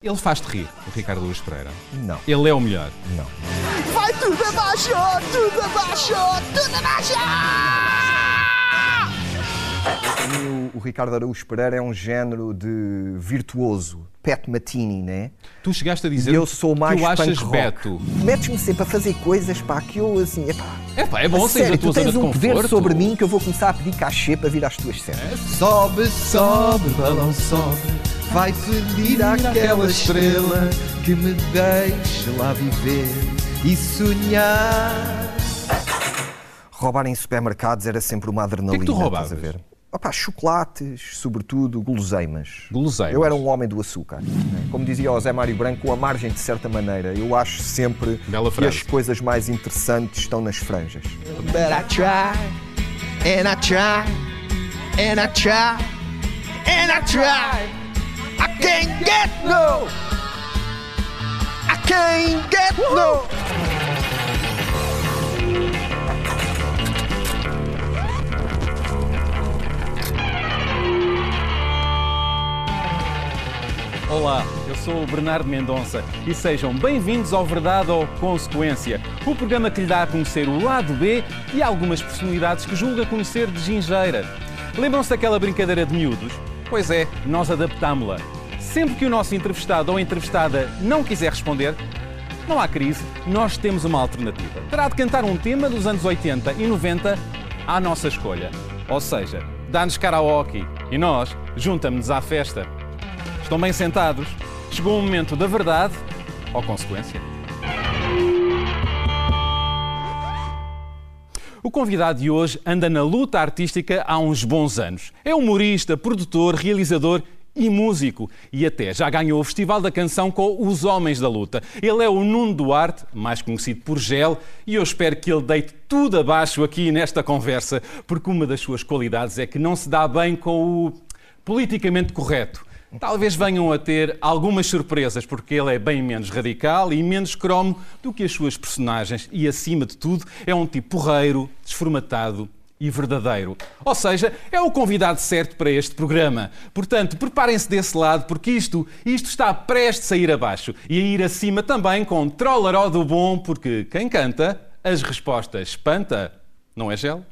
Ele faz-te rir, o Ricardo Luz Pereira. Não. Ele é o melhor. Não. Vai tudo abaixo, tudo abaixo, tudo é abaixo! O, o Ricardo Araújo Pereira é um género de virtuoso. Pet Matini, né? Tu chegaste a dizer E eu sou mais que o achas punk rock. Beto. Metes-me sempre a fazer coisas, pá, que eu assim. Epá, É pá, é bom a seres sério, a tua tu tens zona um de poder conforto. É? sobre mim que eu vou começar a pedir cachê para vir às tuas cenas. Sobe, sobe, balão sobe, vai subir àquela estrela que me deixa lá viver e sonhar. Roubar em supermercados era sempre uma adrenalina. é tu roubavas? Estás a ver? Opá, chocolates, sobretudo guloseimas. Guloseimas. Eu era um homem do açúcar. né? Como dizia o Zé Mário Branco, a margem, de certa maneira, eu acho sempre Bela que as frase. coisas mais interessantes estão nas franjas. But I try, and I try, and I try, and I try. I can't get no. I can't get no. Olá, eu sou o Bernardo Mendonça e sejam bem-vindos ao Verdade ou Consequência, o programa que lhe dá a conhecer o lado B e algumas personalidades que julga conhecer de gingeira. Lembram-se daquela brincadeira de miúdos? Pois é, nós adaptámo-la. Sempre que o nosso entrevistado ou entrevistada não quiser responder, não há crise, nós temos uma alternativa. Terá de cantar um tema dos anos 80 e 90 à nossa escolha. Ou seja, dá-nos karaoke e nós juntamos-nos à festa. Estão bem sentados? Chegou o momento da verdade ou consequência? O convidado de hoje anda na luta artística há uns bons anos. É humorista, produtor, realizador e músico. E até já ganhou o Festival da Canção com Os Homens da Luta. Ele é o Nuno Duarte, mais conhecido por Gel, e eu espero que ele deite tudo abaixo aqui nesta conversa, porque uma das suas qualidades é que não se dá bem com o politicamente correto. Talvez venham a ter algumas surpresas, porque ele é bem menos radical e menos cromo do que as suas personagens, e acima de tudo, é um tipo porreiro, desformatado e verdadeiro. Ou seja, é o convidado certo para este programa. Portanto, preparem-se desse lado, porque isto, isto está prestes a ir abaixo e a ir acima também com Trollaró do Bom, porque quem canta as respostas espanta, não é gel?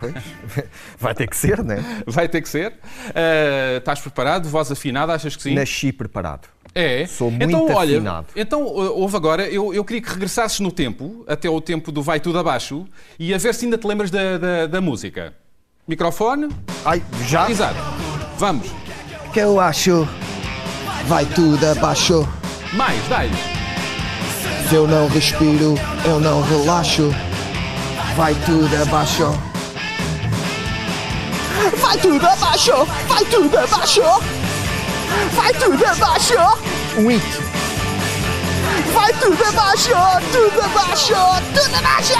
Pois, vai ter que ser, né? Vai ter que ser. Ah, estás preparado? Voz afinada, achas que sim? Nasci preparado. É. Sou então, muito olha, afinado. Então, uh, houve agora, eu, eu queria que regressasses no tempo, até o tempo do Vai Tudo Abaixo, e a ver se ainda te lembras da, da, da música. Microfone, Ai, já? exato. Vamos. Que eu acho, vai tudo é abaixo. Mais, dai. Se eu não respiro, eu não relaxo. Vai tudo é abaixo. Vai tudo abaixo, vai tudo abaixo. Vai tudo é abaixo. Um hit. Vai tudo abaixo, tudo abaixo, tudo é abaixo.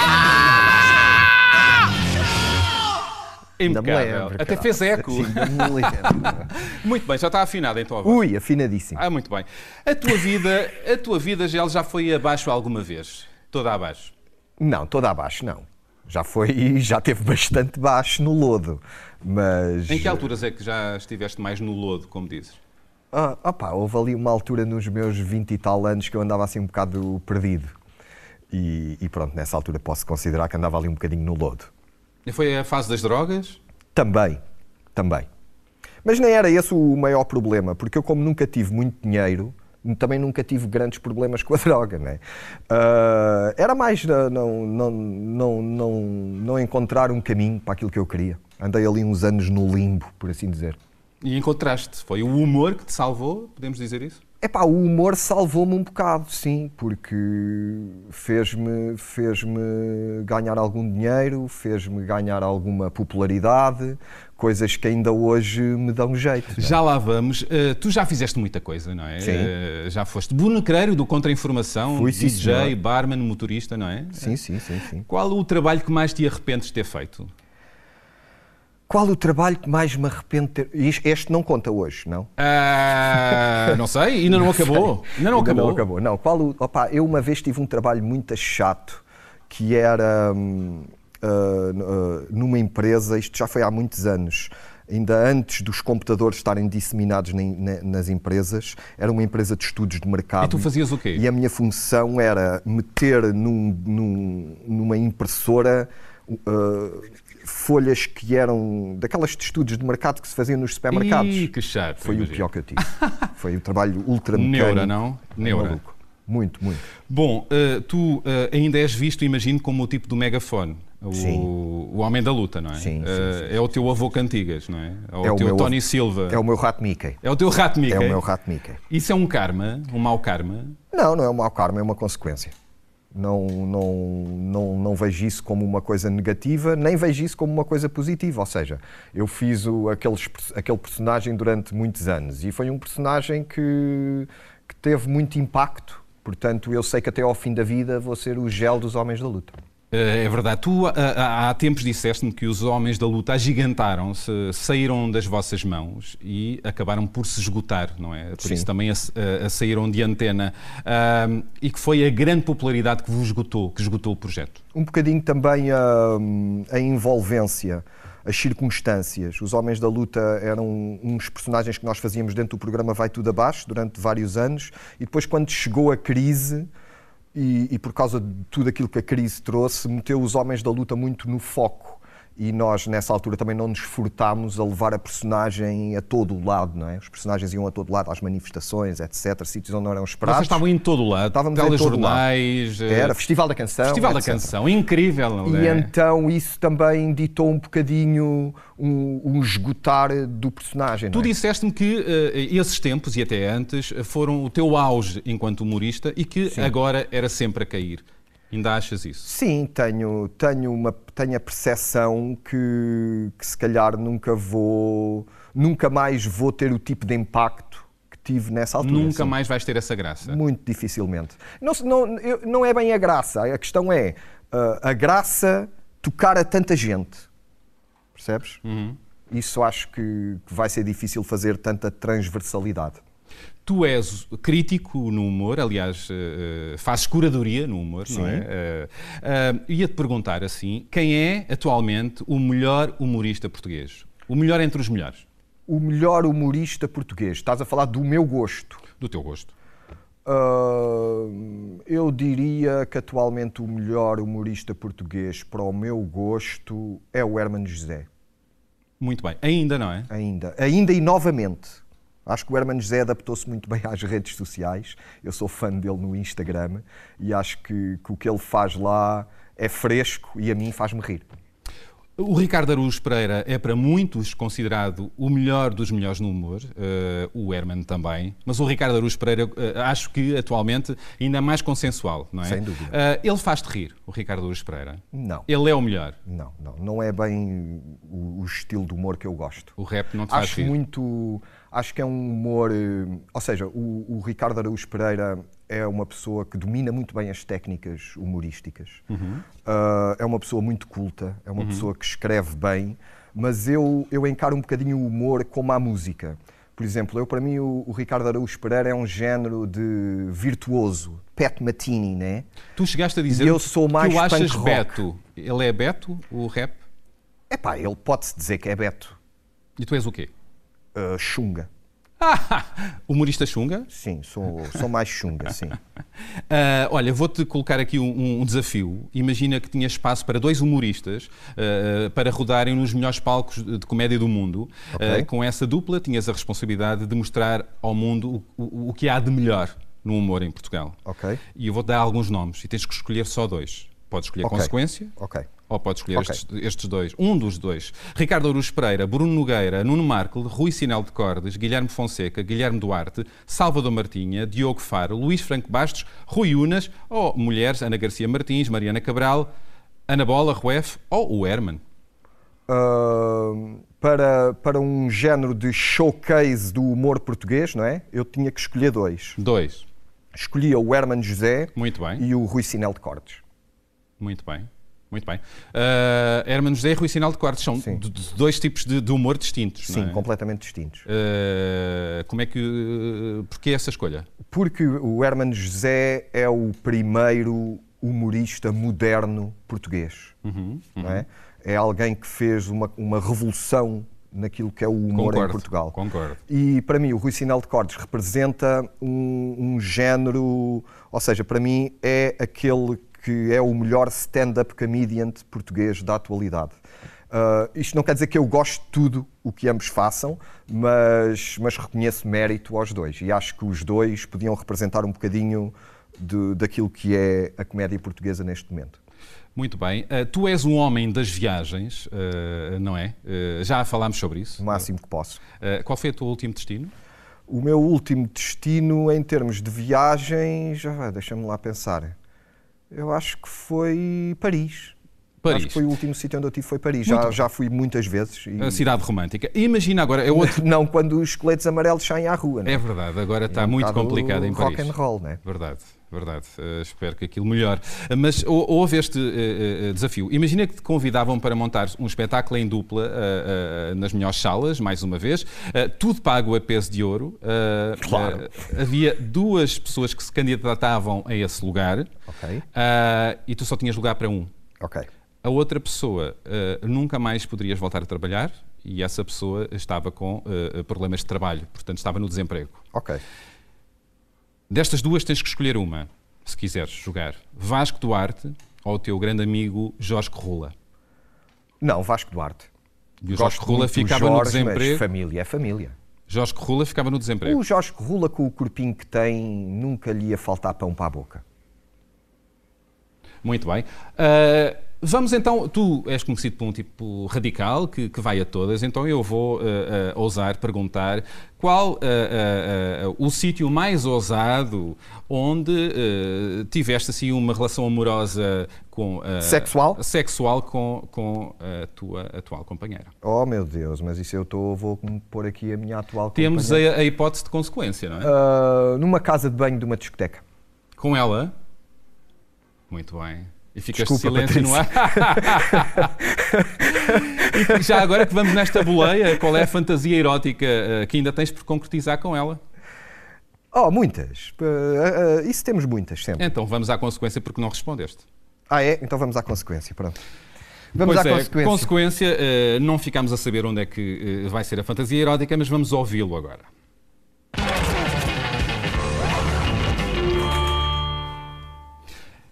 Ainda me Impecável. lembro, Até caralho. fez eco. Sim, ainda me lembro. Muito bem, já está afinada então a voz. Ui, afinadíssimo. Ah, muito bem. A tua vida, a tua vida, Gel, já foi abaixo alguma vez? Toda abaixo. Não, toda abaixo, não. Já foi, já teve bastante baixo no lodo. Mas. Em que alturas é que já estiveste mais no lodo, como dizes? Ah, opá, houve ali uma altura nos meus 20 e tal anos que eu andava assim um bocado perdido. E, e pronto, nessa altura posso considerar que andava ali um bocadinho no lodo. E Foi a fase das drogas? Também, também. Mas nem era esse o maior problema, porque eu, como nunca tive muito dinheiro, também nunca tive grandes problemas com a droga, né? Ah, era mais ah, não, não, não, não, não encontrar um caminho para aquilo que eu queria. Andei ali uns anos no limbo, por assim dizer. E encontraste? Foi o humor que te salvou? Podemos dizer isso? Epá, o humor salvou-me um bocado, sim, porque fez-me fez ganhar algum dinheiro, fez-me ganhar alguma popularidade, coisas que ainda hoje me dão jeito. não é? Já lá vamos. Eh, tu já fizeste muita coisa, não é? Sim. Eh, já foste bonecreiro do Contra-Informação, Fui, sim, DJ, senhor. barman, motorista, não é? Sim, sim, sim, sim. Qual o trabalho que mais te arrependes de ter feito? Qual o trabalho que mais me arrependo de ter. Is- Este não conta hoje, não? Ah, não sei, ainda não acabou. Ainda não Ainda acabou. Não acabou. Não, qual o... Opa, eu uma vez tive um trabalho muito chato que era hum, ah, n- ah, numa empresa, isto já foi há muitos anos, ainda antes dos computadores estarem disseminados na- na- nas empresas, era uma empresa de estudos de mercado. E tu fazias o quê? E a minha função era meter num- num- numa impressora uh, folhas que eram daquelas de estudos de mercado que se faziam nos supermercados. Ih, que chato. Foi o imagino. pior que eu tive. Foi um trabalho ultra Neura, mecânico. não? Neura. Maluco. Muito, muito. Bom, eh, tu eh, ainda és visto, imagino, como o tipo do megafone. O, Sim. o homem da luta, não é? Sim, sim, Eh, É o teu avô Cantigas, não é? É o É o teu meu Tony avô- Silva. É o meu rato Mickey. É o teu rato Mickey. É o meu rato Mickey. Isso é um karma, um mau karma. Não, não é um mau karma, é uma consequência. Não, não, não, não vejo isso como uma coisa negativa, nem vejo isso como uma coisa positiva. Ou seja, eu fiz o, aqueles, pers- aquele personagem durante muitos anos e foi um personagem que, que teve muito impacto. Portanto, eu sei que até ao fim da vida vou ser o gel dos homens da luta. Eh, É verdade. Tu ah, ah, há tempos disseste-me que os homens da luta agigantaram-se, saíram das vossas mãos e acabaram por se esgotar, não é? Por Sim. isso também a, a- a saíram de antena. Ahm, e que foi a grande popularidade que vos esgotou, que esgotou o projeto. um bocadinho também hum, a, envolvência, as circunstâncias. Os Homens da Luta eram uns personagens que nós fazíamos dentro do programa Vai Tudo Abaixo durante vários anos e depois, quando chegou a crise. E, e por causa de tudo aquilo que a crise trouxe, meteu os homens da luta muito no foco. E nós, nessa altura, também não nos furtámos a levar a personagem a todo o lado, não é? Os personagens iam a todo lado, às manifestações, etc., sítios onde não eram Vocês esperados. estavam em todo o lado, Estávamos em todo telejornais, eh, Era Festival da Canção. Festival da etc.. Canção, incrível, não E é? então isso também ditou um bocadinho um, um esgotar do personagem. Tu não é? disseste-me que eh, esses tempos, e até antes, eh, foram o teu auge enquanto humorista e que agora era sempre a cair. Ainda achas isso? Sim, tenho, tenho, uma, tenho a percepção que, que se calhar nunca vou, nunca mais vou ter o tipo de impacto que tive nessa altura. Nunca sim. mais vais ter essa graça. Muito dificilmente. Não, se- não, eu- não é bem a graça, a questão é ah, a graça tocar a tanta gente. Percebes? Uhum. Isso acho que que vai ser difícil fazer tanta transversalidade. Tu és crítico no humor, aliás, eh, eh, fazes curadoria no humor, não é? Eh, ah, Ia-te perguntar assim, quem é atualmente o melhor humorista português? O melhor entre os melhores, o melhor humorista português. Estás a falar do meu gosto. do teu gosto. Ahn, eu diria que atualmente o melhor humorista português para o meu gosto é o Hermano José. Muito bem. Ainda, não é? Ainda. Ainda e novamente. Acho que o Hermano José adaptou-se muito bem às redes sociais. Eu sou fã dele no Instagram e acho que, que o que ele faz lá é fresco e a mim faz-me rir. O Ricardo Araújo Pereira é para muitos considerado o melhor dos melhores no humor, eh, o Herman também, mas o Ricardo Araújo Pereira eh, acho que atualmente ainda mais consensual, não é? Sem dúvida. Eh, ele faz-te rir, o Ricardo Araújo Pereira. Não. Ele é o melhor. Não, não. Não é bem o- o estilo de humor que eu gosto. O rap não te faz acho rir. muito acho que é um humor eh, ou seja o, o Ricardo Araújo Pereira é uma pessoa que domina muito bem as técnicas humorísticas Uhum. Ah, é uma pessoa muito culta é uma pessoa que escreve bem mas eu eu encaro um bocadinho o humor como a música por exemplo eu para mim o, o Ricardo Araújo Pereira é um género de virtuoso Pat Matini né Tu chegaste a dizer E eu sou mais que o achas punk rock. Beto. Ele é Beto, o rap, é pá ele pode se dizer que é Beto e tu és o quê? Ah, Ah, chunga Humorista chunga? sim sou sou mais chunga sim Ah, olha, vou-te colocar aqui um, um desafio. Imagina que tinha espaço para dois humoristas ah, para rodarem nos melhores palcos de de comédia do mundo. Ok. Ah, com essa dupla, tinhas a responsabilidade de mostrar ao mundo o, o- o que há de melhor no humor em Portugal. Ok. E eu vou-te dar alguns nomes e tens que escolher só dois. Podes escolher Ok. Consequência ok ou podes escolher Ok. estes, estes dois. Um dos dois. Ricardo Ouruz Pereira, Bruno Nogueira, Nuno Marco, Rui Sinal de Cordes, Guilherme Fonseca, Guilherme Duarte, Salvador Martinha, Diogo Faro, Luís Franco Bastos, Rui Unas, ou mulheres, Ana Garcia Martins, Mariana Cabral, Ana Bola, Ruef ou o Herman. Ahm, ah, para, para um género de showcase do humor português, não é? Eu tinha que escolher dois. Dois. Escolhia o Herman José Muito bem. e o Rui Sinel de Cortes. Muito bem. Muito bem. Ah, Herman José e Rui Sinal de Cordes são Sim. d- d- dois tipos de, de humor distintos. Sim, não é? completamente distintos. Ah, como é que. Porquê essa escolha? Porque o Herman José é o primeiro humorista Uhum, moderno português. não é? é alguém que fez uma, uma revolução naquilo que é o humor Concordo, em Portugal. concordo. E para mim, o Rui Sinal de Cordes representa um, um género, ou seja, para mim é aquele que é o melhor stand-up comedian português da atualidade. Ah, isto não quer dizer que eu gosto de tudo o que ambos façam, mas, mas reconheço mérito aos dois e acho que os dois podiam representar um bocadinho de- daquilo que é a comédia portuguesa neste momento. Muito bem. Ah, tu és um homem das viagens, ah, não é? Ah, já falámos sobre isso. O máximo que posso. Ah, qual foi o teu último destino? O meu último destino em termos de viagens, já vai, deixa-me lá pensar. Eu acho que foi Paris. Paris. Acho que foi o último sítio onde eu tive foi Paris. Já, já fui muitas vezes. e- A cidade romântica. Imagina agora, é outro. Não quando os coletes amarelos saem à rua. né? É verdade, agora está um muito bocado complicado em Paris. rock and roll, né? Verdade, verdade. Eh, espero que aquilo melhore. Eh, mas hou- houve este eh, eh, desafio. Imagina que te convidavam para montar um espetáculo em dupla eh, eh, nas melhores salas, mais uma vez, Eh, tudo pago a peso de ouro. Eh, Claro. eh, havia duas pessoas que se candidatavam a esse lugar Ok. Ah, e tu só tinhas lugar para um. Ok. A outra pessoa eh, nunca mais poderias voltar a trabalhar e essa pessoa estava com eh, problemas de trabalho, portanto estava no desemprego. Ok. Destas duas tens que escolher uma, se quiseres jogar. Vasco Duarte ou o teu grande amigo Jorge Corrula. Não, Vasco Duarte. E o Jorge Gosto Corrula muito do ficava no Jorge, mas desemprego. É. família é família. Jorge Corrula ficava no desemprego. O Jorge Rula com o corpinho que tem nunca lhe ia faltar pão para a boca. Muito bem. Ah, vamos então, tu és conhecido por um tipo radical que, que vai a todas, então eu vou ah, ah, ousar perguntar qual ah, ah, ah, o sítio mais ousado onde ah, tiveste assim uma relação amorosa com ah, Sexual? sexual com, com a tua atual companheira. Oh meu Deus, mas isso eu tô, vou pôr aqui a minha atual Temos a, companheira. a hipótese de consequência, não é? Ah, numa casa de banho de uma discoteca. Com ela. Muito bem. E ficaste Desculpa, silêncio no ar. e já agora que vamos nesta boleia, qual é a fantasia erótica eh, que ainda tens por concretizar com ela? Oh, muitas. Ah, ah, isso temos muitas sempre. Então vamos à consequência porque não respondeste. Ah, é? Então vamos à consequência, pronto. Vamos pois à é, consequência. consequência, eh, não ficámos a saber onde é que eh, vai ser a fantasia erótica, mas vamos ouvi-lo agora.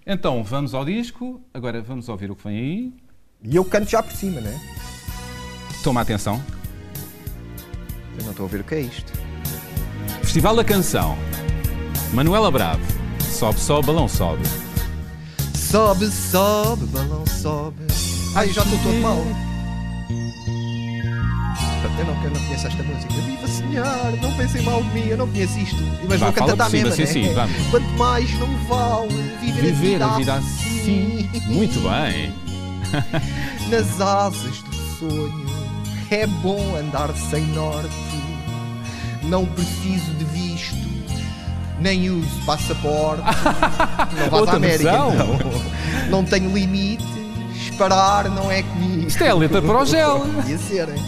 Então, vamos ao disco. Agora vamos ouvir o que vem aí. E eu canto já por cima, né? Toma atenção. Eu não estou a ver o que é isto. Festival da Canção. Manuela Bravo. Sobe, sobe, balão sobe. Sobe, sobe, balão sobe. Ai, já estou todo mal. Eu não, eu não conheço esta música. Viva Senhor, não pensem mal de mim, eu não conheço isto. Mas Vá, vou fala cantar à por cima, mesma, sim, né? sim, vamos. Quanto mais não vale viver, Viver a vida assim. assim. Muito bem. Nas asas do sonho é bom andar sem norte. Não preciso de visto, nem uso passaporte. Não vais à Outra América. versão. Não. não tenho limites. Parar não é comigo. Isto é a letra para o gel. Podia ser, hein?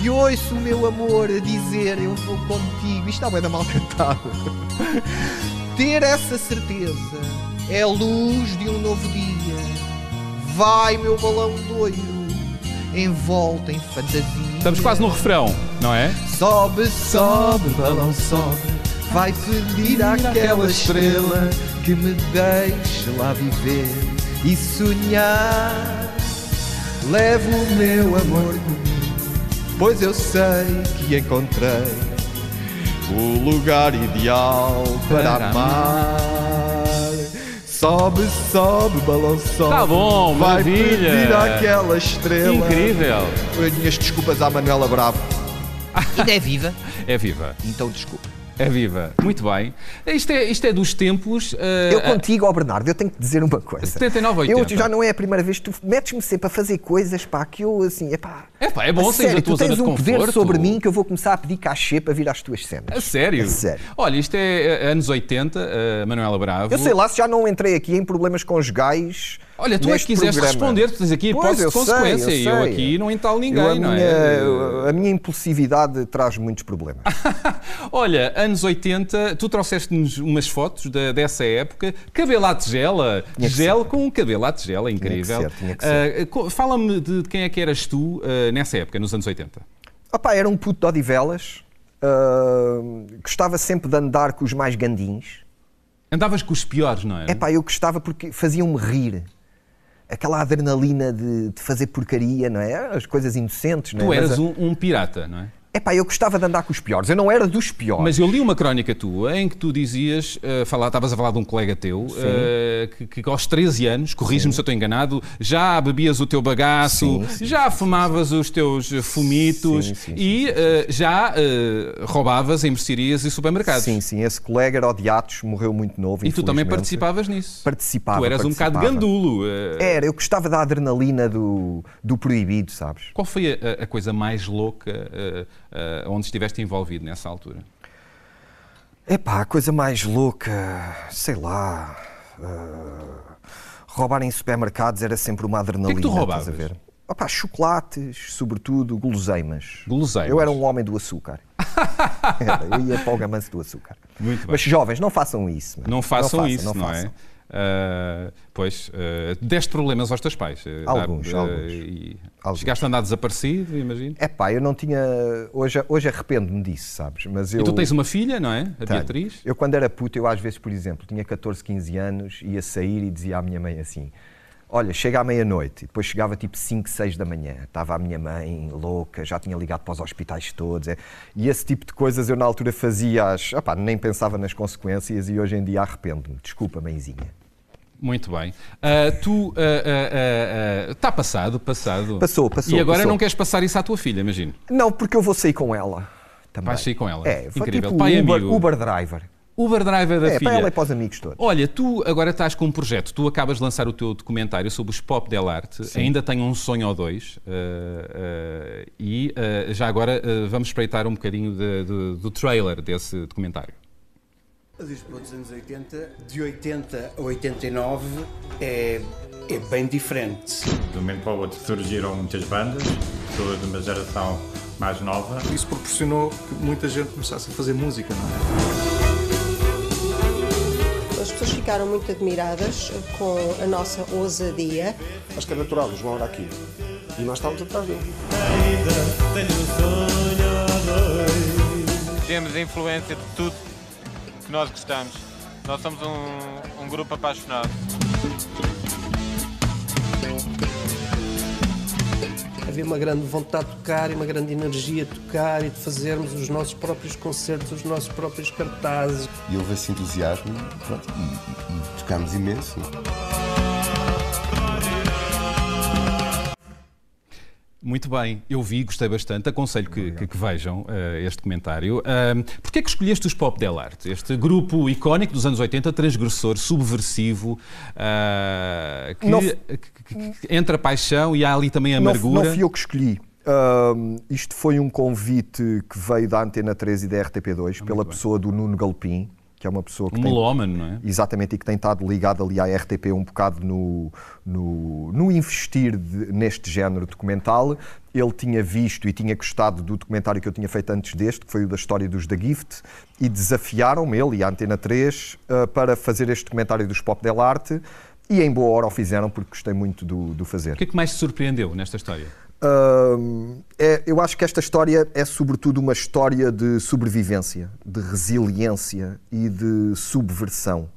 Se ouço o meu amor a dizer eu vou contigo, isto está bem da mal cantado. Ter essa certeza é a luz de um novo dia. Vai, meu balão doido, envolta em fantasia. Estamos quase no refrão, não é? Sobe, sobe, balão sobe. Vai pedir àquela estrela que me deixe lá viver e sonhar. Levo o meu amor comigo, pois eu sei que encontrei o lugar ideal para Para amar. Sobe, sobe, balão sobe. Tá bom, Vai maravilha. pedir àquela estrela. Incrível. Minhas desculpas à Manuela Bravo. Ainda é viva? É viva. Então desculpa. É viva. Muito bem. Isto é, isto é dos tempos. eh, Eu contigo, ó Bernardo, eu tenho que te dizer uma coisa. 79, 80. Eu já não é a primeira vez que tu metes-me sempre a fazer coisas, pá, que eu assim, é pá. É pá, é bom, a tens a sério, tua tu zona tens de um poder conforto. sobre mim que eu vou começar a pedir cachê para vir às tuas cenas. A sério? A sério. Olha, isto é eh, anos 80, eh, Manuela Bravo. Eu sei lá se já não entrei aqui em problemas conjugais. Olha, tu é que neste quiseste programa. responder, tu tens aqui hipótese Pois, de eu sei, consequência. eu e eu sei. aqui não entalo ninguém, Eu, a, não minha, é? a minha impulsividade traz muitos problemas. Olha, anos 80, tu trouxeste-nos umas fotos da- dessa época, cabelo à tigela, Tinha que gel com um cabelo à tigela, incrível. ser, tinha que Ah, co- Fala-me de quem é que eras tu ah, nessa época, nos anos 80. Opá, era um puto de Odivelas, ah, gostava sempre de andar com os mais gandins. Andavas com os piores, não era? É pá, eu gostava porque faziam-me rir. Aquela adrenalina de, de fazer porcaria, não é? As coisas inocentes, não é? tu Mas eras a- um, um pirata, não é? É pá, eu gostava de andar com os piores. Eu não era dos piores. Mas eu li uma crónica tua em que tu dizias, eh, falar, estavas a falar de um colega teu, eh, que, que aos 13 anos, corrige-me se eu estou enganado, já bebias o teu bagaço, já fumavas os teus eh, fumitos Sim, sim, e eh, já eh, roubavas em mercearias e supermercados. Sim, sim, esse colega era odiatos, morreu muito novo. E tu também infelizmente. participavas nisso. Participava, Tu eras um bocado participava. gandulo. eh. Era, eu gostava da adrenalina do, do proibido, sabes? Qual foi a, a coisa mais louca eh, eh, onde estiveste envolvido nessa altura? Epá, a coisa mais louca, sei lá. ah, roubar em supermercados era sempre uma adrenalina. é tu roubavas? Estás a ver? Opá, chocolates, sobretudo guloseimas. Guloseimas. Eu era um homem do açúcar. Era, eu ia para o gamanço do açúcar. Muito bem. Mas jovens, não façam isso. meu. Não façam isso, não, façam. é? Ah, pois, ah, deste problemas aos teus pais. ah, Alguns, ah, alguns. e Alguns. Chegaste a andar desaparecido, imagino. É pá, eu não tinha. Hoje, hoje arrependo-me disso, sabes? Mas eu, E tu tens uma filha, não é? A Tenho. Beatriz. Eu, quando era puto, eu às vezes, por exemplo, tinha 14, 15 anos, ia sair e dizia à minha mãe assim: Olha, chega à meia-noite. E depois chegava tipo 5, 6 da manhã. Estava a minha mãe louca, já tinha ligado para os hospitais todos. é. E esse tipo de coisas eu, na altura, fazia. Às... opá, nem pensava nas consequências e hoje em dia arrependo-me. Desculpa, mãezinha. Muito bem. Ah, tu. Está passado, passado. Passou, passou, E agora passou. não queres passar isso à tua filha, imagino. Não, porque eu vou sair com ela. Também. Vais sair com ela? É, vou Incrível. tipo Pai e Uber, amigo. Uber driver. Uber driver da É, filha. para ela e para os amigos todos. Olha, tu agora estás com um projeto, tu acabas de lançar o teu documentário sobre os Pop Del Arte, ainda tenho um sonho ou dois, eh, eh, e eh, já agora eh, vamos espreitar um bocadinho de- de- do trailer desse documentário. Mas isto para os anos 80, de 80 a 89, é, é bem diferente. De um momento para o outro surgiram muitas bandas, pessoas de uma geração mais nova. Isso proporcionou que muita gente começasse a fazer música, não é? As pessoas ficaram muito admiradas com a nossa ousadia. Acho que é natural, eles vão olhar aqui. E nós estávamos atrás dele. Temos a influência de tudo que nós gostamos. Nós somos um, um grupo apaixonado. Havia uma grande vontade de tocar e uma grande energia de tocar e de fazermos os nossos próprios concertos, os nossos próprios cartazes. E houve esse entusiasmo e, pronto, e, e, e tocámos imenso. Muito bem, eu vi, gostei bastante, aconselho que, que- que vejam eh, este comentário. Ahm, Porquê é que escolheste os Pop Del Arte? Este grupo icónico dos anos 80, transgressor, subversivo, ah, que, Não f- que- que- que- entre a paixão e há ali também a Não f- amargura. Não, fui eu que escolhi. Ahm, isto foi um convite que veio da Antena 13 e da RTP2 pela pessoa do Nuno Galpim, que é uma pessoa que Ah, um tem- melómano, não é? Exatamente, e que tem estado ligado ali à RTP um bocado no, no, no investir de- neste género documental. Ele tinha visto e tinha gostado do documentário que eu tinha feito antes deste, que foi o da história dos da Gift, e desafiaram-me, ele e a Antena 3, ah, para fazer este documentário dos Pop Del Arte, e em boa hora o fizeram, porque gostei muito do, do fazer. O que é que mais te surpreendeu nesta história? Hum, é- eu acho que esta história é sobretudo uma história de sobrevivência, de resiliência e de subversão.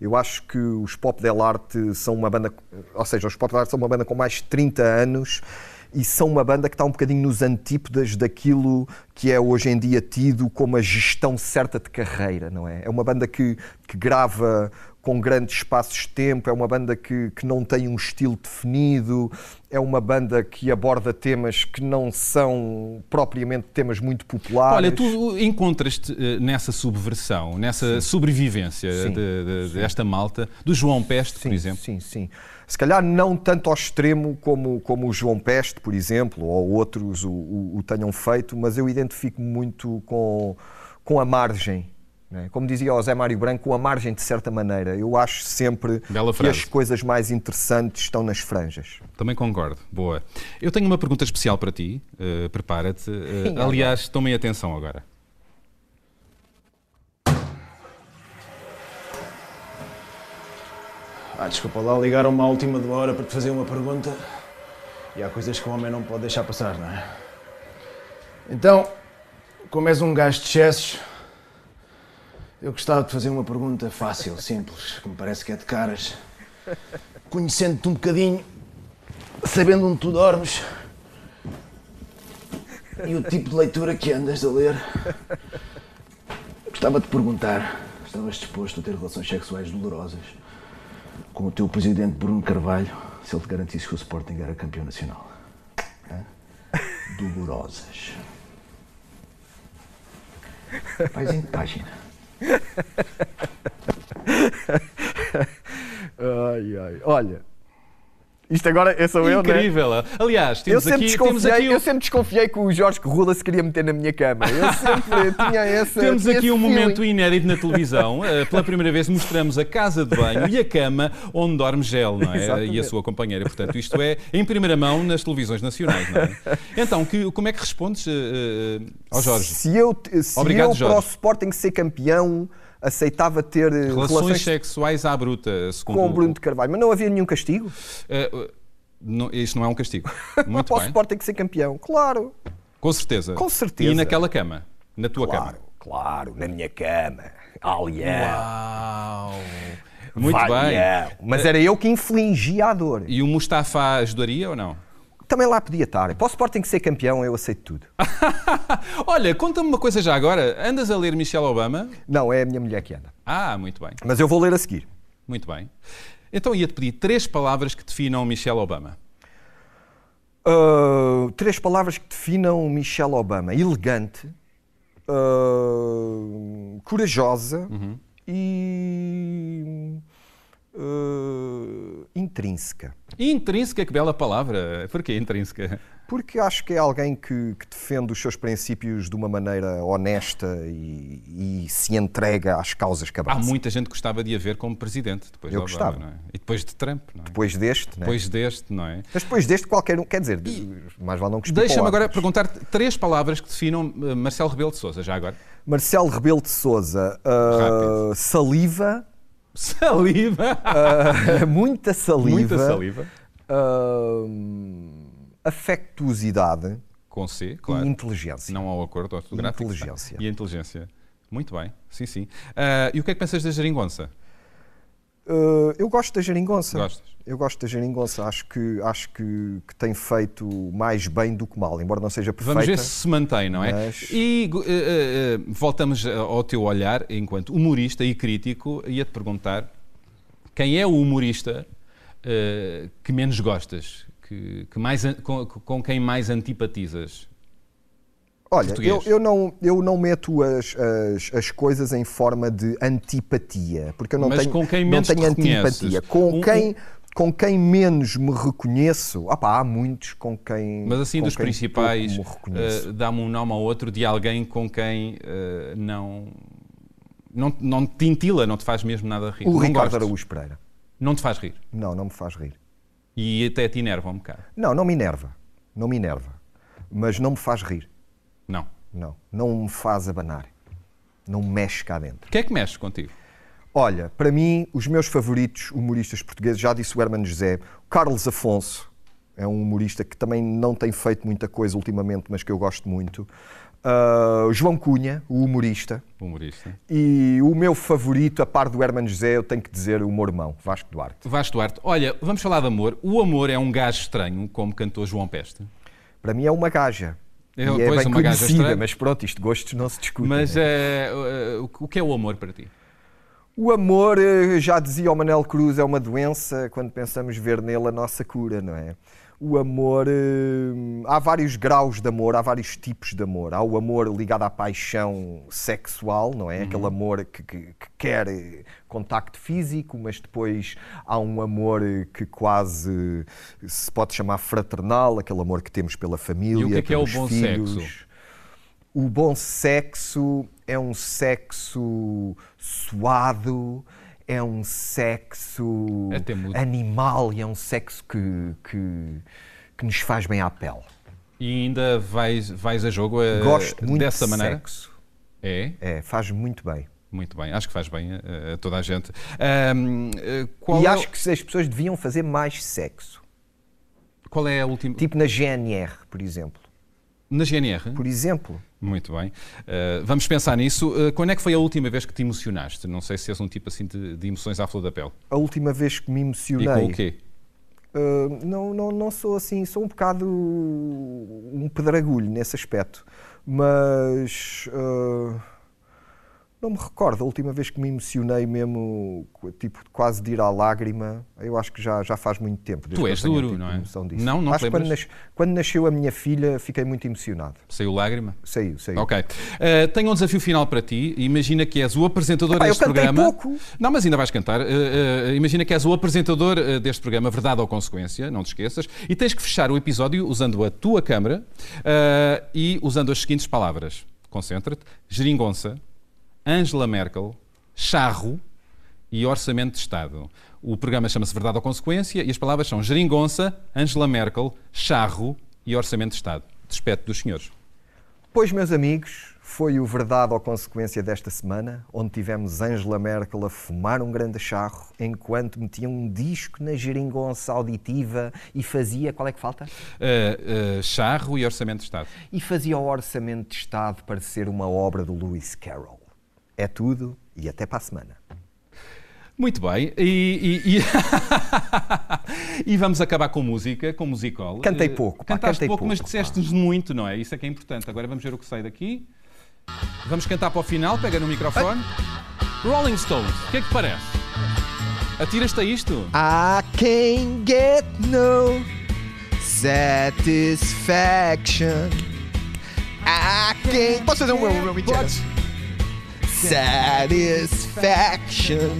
Eu acho que os Pop Del Arte são uma banda, ou seja, os Pop Del Arte são uma banda com mais de 30 anos e são uma banda que está um bocadinho nos antípodas daquilo que é hoje em dia tido como a gestão certa de carreira, não é? É uma banda que, que grava com grandes espaços de tempo, é uma banda que, que não tem um estilo definido, é uma banda que aborda temas que não são propriamente temas muito populares. Olha, tu encontras-te eh, nessa subversão, nessa sobrevivência eh, Sim. de- de- desta malta, do João Peste, Sim, por exemplo. Sim, sim. Se calhar não tanto ao extremo como, como o João Peste, por exemplo, ou outros o, o- o tenham feito, mas eu identifico-me muito com, com a margem. né? Como dizia o Zé Mário Branco, com a margem de certa maneira. Eu acho sempre Bela que frase. as coisas mais interessantes estão nas franjas. Também concordo. Boa. Eu tenho uma pergunta especial para ti. eh, Prepara-te. Eh, é aliás, tomem atenção agora. Ah, desculpa lá, ligaram-me à última de hora um para te fazer uma pergunta. E há coisas que o homem não pode deixar passar, não é? Então, como és um gajo de excessos, eu gostava de fazer uma pergunta fácil, simples, que me parece que é de caras. Conhecendo-te um bocadinho, sabendo onde tu dormes e o tipo de leitura que andas a ler, gostava de perguntar: estavas disposto a ter relações sexuais dolorosas com o teu presidente Bruno Carvalho se ele te garantisse que o Sporting era campeão nacional? Hã? Dolorosas. Vais em que página? ai, ai. Olha, isto agora eu sou eu, É Incrível. né? Aliás, temos eu sempre aqui- temos desconfiei, aqui um- o- Eu sempre desconfiei que o Jorge Corrula se queria meter na minha cama. Eu sempre tinha essa. Temos tinha aqui esse um feeling. momento inédito na televisão. Eh, Pela primeira vez mostramos a casa de banho e a cama onde dorme Gel, não é? Exatamente. E a sua companheira. Portanto, isto é em primeira mão nas televisões nacionais, não é? Então, que- como é que respondes eh, eh, ao Jorge? Se eu, te- se Obrigado, eu para o Jorge. Sporting ser campeão, aceitava ter eh, Relações, relações, sexuais à bruta, se com o Bruno de Carvalho, mas não havia nenhum castigo. isto Eh, não é um castigo. Muito para o bem. Sporting ser campeão, claro. Com certeza. Com certeza. E naquela cama. Na tua cama. Claro, na minha cama. Aliás. Uau! Muito Vai, bem. é. Mas era eu que infligia a dor. E o Mustafa ajudaria ou não? Também lá podia estar. Para o Sporting ser campeão, eu aceito tudo. Olha, conta-me uma coisa já agora. Andas a ler Michelle Obama? Não, é a minha mulher que anda. Ah, muito bem. Mas eu vou ler a seguir. Muito bem. Então ia-te pedir três palavras que definam Michelle Obama. Uh, três palavras que definam Michelle Obama: elegante, uh, corajosa Uhum. e uh, intrínseca. Intrínseca, que bela palavra. Porquê intrínseca? Porque acho que é alguém que, que defende os seus princípios de uma maneira honesta e, e se entrega às causas que Há abraça. muita gente que gostava de a ver como presidente depois Eu de Obama, gostava. não é? E depois de Trump, não é? Depois deste, né? Depois deste, não é? Mas depois deste, qualquer um. Quer dizer, mais vale não cuspir para o Deixa-me lado. agora perguntar três palavras que definam eh, Marcelo Rebelo de Sousa, já agora. Marcelo Rebelo de Souza, ah, saliva. Saliva! Ah, muita saliva. Muita saliva. Ah, afectuosidade. Com C, claro. E inteligência. Não ao acordo ortográfico. Inteligência. E a inteligência. Muito bem, sim, sim. Ah, e o que é que pensas da geringonça? Ah, eu gosto da geringonça. Gostas? Eu gosto da geringonça. Acho que, acho que, que tem feito mais bem do que mal, embora não seja perfeita. Vamos ver se se mantém, não é? Mas- E gu- eh, eh, eh, voltamos eh, ao teu olhar enquanto humorista e crítico e a te perguntar quem é o humorista eh, que menos gostas, que, que mais, an- com, com quem mais antipatizas? Olha, eu, Português. eu não, eu não meto as, as, as coisas em forma de antipatia, porque eu não Mas tenho, com quem não menos tenho te reconheces? antipatia. Com, Um- um- quem, com quem menos me reconheço, opá, há muitos com quem. Mas assim com dos quem principais, pouco me reconheço. eh, dá-me um nome ao outro de alguém com quem eh, não, não, não te intila, não te faz mesmo nada rir. o Não Ricardo gostas. Araújo Pereira. Não te faz rir. Não, não me faz rir. E até te enerva um bocado. Não, não me enerva. Não me enerva. Mas não me faz rir. Não. Não. Não me faz abanar. Não me mexe cá dentro. O que é que mexe contigo? Olha, para mim, os meus favoritos humoristas portugueses, já disse o Herman José, o Carlos Afonso é um humorista que também não tem feito muita coisa ultimamente, mas que eu gosto muito. Ah, o João Cunha, o humorista. Humorista. E o meu favorito, a par do Herman José, eu tenho que dizer o meu irmão, Vasco Duarte. Vasco Duarte, olha, vamos falar de amor. O amor é um gajo estranho, como cantou João Peste. Para mim é uma gaja. É, e é pois, bem uma gaja conhecida, estranha. mas pronto, isto de gostos não se discute. Mas né? eh, eh, o que- o que é o amor para ti? O amor, eh, já dizia o Manel Cruz, é uma doença quando pensamos ver nele a nossa cura, não é? O amor. eh, Há vários graus de amor, há vários tipos de amor. Há o amor ligado à paixão sexual, não é? Uhum. Aquele amor que, que- que quer eh, contacto físico, mas depois há um amor eh, que quase eh, se pode chamar fraternal, aquele amor que temos pela família. E o que é que é o pelos bom filhos. sexo? O bom sexo é um sexo suado, é um sexo É temudo. animal e é um sexo que, que, que nos faz bem à pele. E ainda vais, vais a jogo eh, Gosto muito dessa de maneira? sexo. É? É, faz muito bem. Muito bem, acho que faz bem eh, a toda a gente. Ahm, eh, qual, e é, acho que as pessoas deviam fazer mais sexo. qual é a última. Tipo na GNR, por exemplo. Na GNR? Por exemplo. Muito bem. Uh, vamos pensar nisso. Uh, quando é que foi a última vez que te emocionaste? Não sei se és um tipo assim de, de emoções à flor da pele. A última vez que me emocionei. E com o quê? Uh, não, não, não sou assim, sou um bocado um pedragulho nesse aspecto, mas uh, não me recordo a última vez que me emocionei mesmo, tipo quase de ir à lágrima, eu acho que já, já faz muito tempo. Tu és duro, tipo não é? Disso. Não, não acho te quando, nas, quando nasceu a minha filha fiquei muito emocionado. Saiu lágrima? Saiu, saiu. Ok. Uh, tenho um desafio final para ti, imagina que és o apresentador Epá, eu deste cantei programa... pouco. Não, mas ainda vais cantar. Uh, uh, imagina que és o apresentador uh, deste programa, Verdade ou Consequência, não te esqueças, e tens que fechar o episódio usando a tua câmara uh, e usando as seguintes palavras. Concentra-te. Geringonça, Angela Merkel, charro e orçamento de Estado. O programa chama-se Verdade ou Consequência e as palavras são geringonça, Angela Merkel, charro e orçamento de Estado. Despeto dos senhores. Pois, meus amigos, foi o Verdade ou Consequência desta semana, onde tivemos Angela Merkel a fumar um grande charro enquanto metia um disco na geringonça auditiva e fazia. Qual é que falta? Uh, uh, charro e orçamento de Estado. E fazia o Orçamento de Estado parecer uma obra do Lewis Carroll. É tudo e até para a semana. Muito bem, e, e- e- e vamos acabar com música, com musical. Cantei Uh, pouco, pá, Cantaste cantei pouco, mas pouco, disseste-nos muito, não é? Isso é que é importante. Agora vamos ver o que sai daqui. Vamos cantar para o final, pega no microfone. Rolling Stones, o que é que parece? Atiras-te a isto? I can't get no satisfaction. I can't. Posso fazer um meu inteiro? Satisfaction,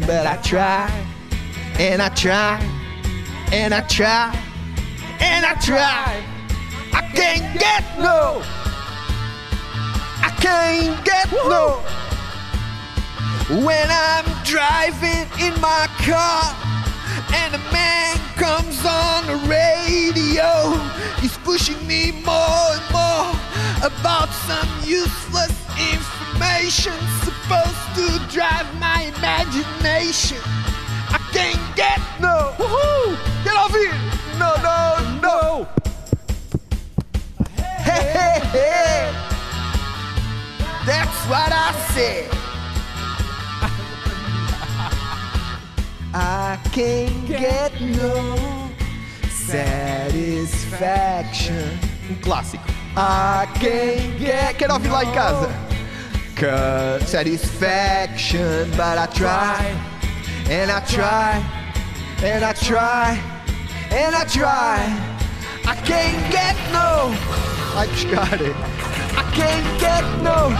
but I try and I try and I try and I try. I can't get no. I can't get no. When I'm driving in my car and a man comes on the radio, he's pushing me more and more about some useless information supposed to drive my imagination. I can't get no. Woohoo! Get off here! No, no, no! Hey, hey, hey! That's what I said. I can't get no satisfaction. Um clássico. I can't get. Quero ouvir lá em casa. Ca- Satisfaction, but I try. And I try. And I try. And I try. I can't get no. Ai, buscar. I can't get no.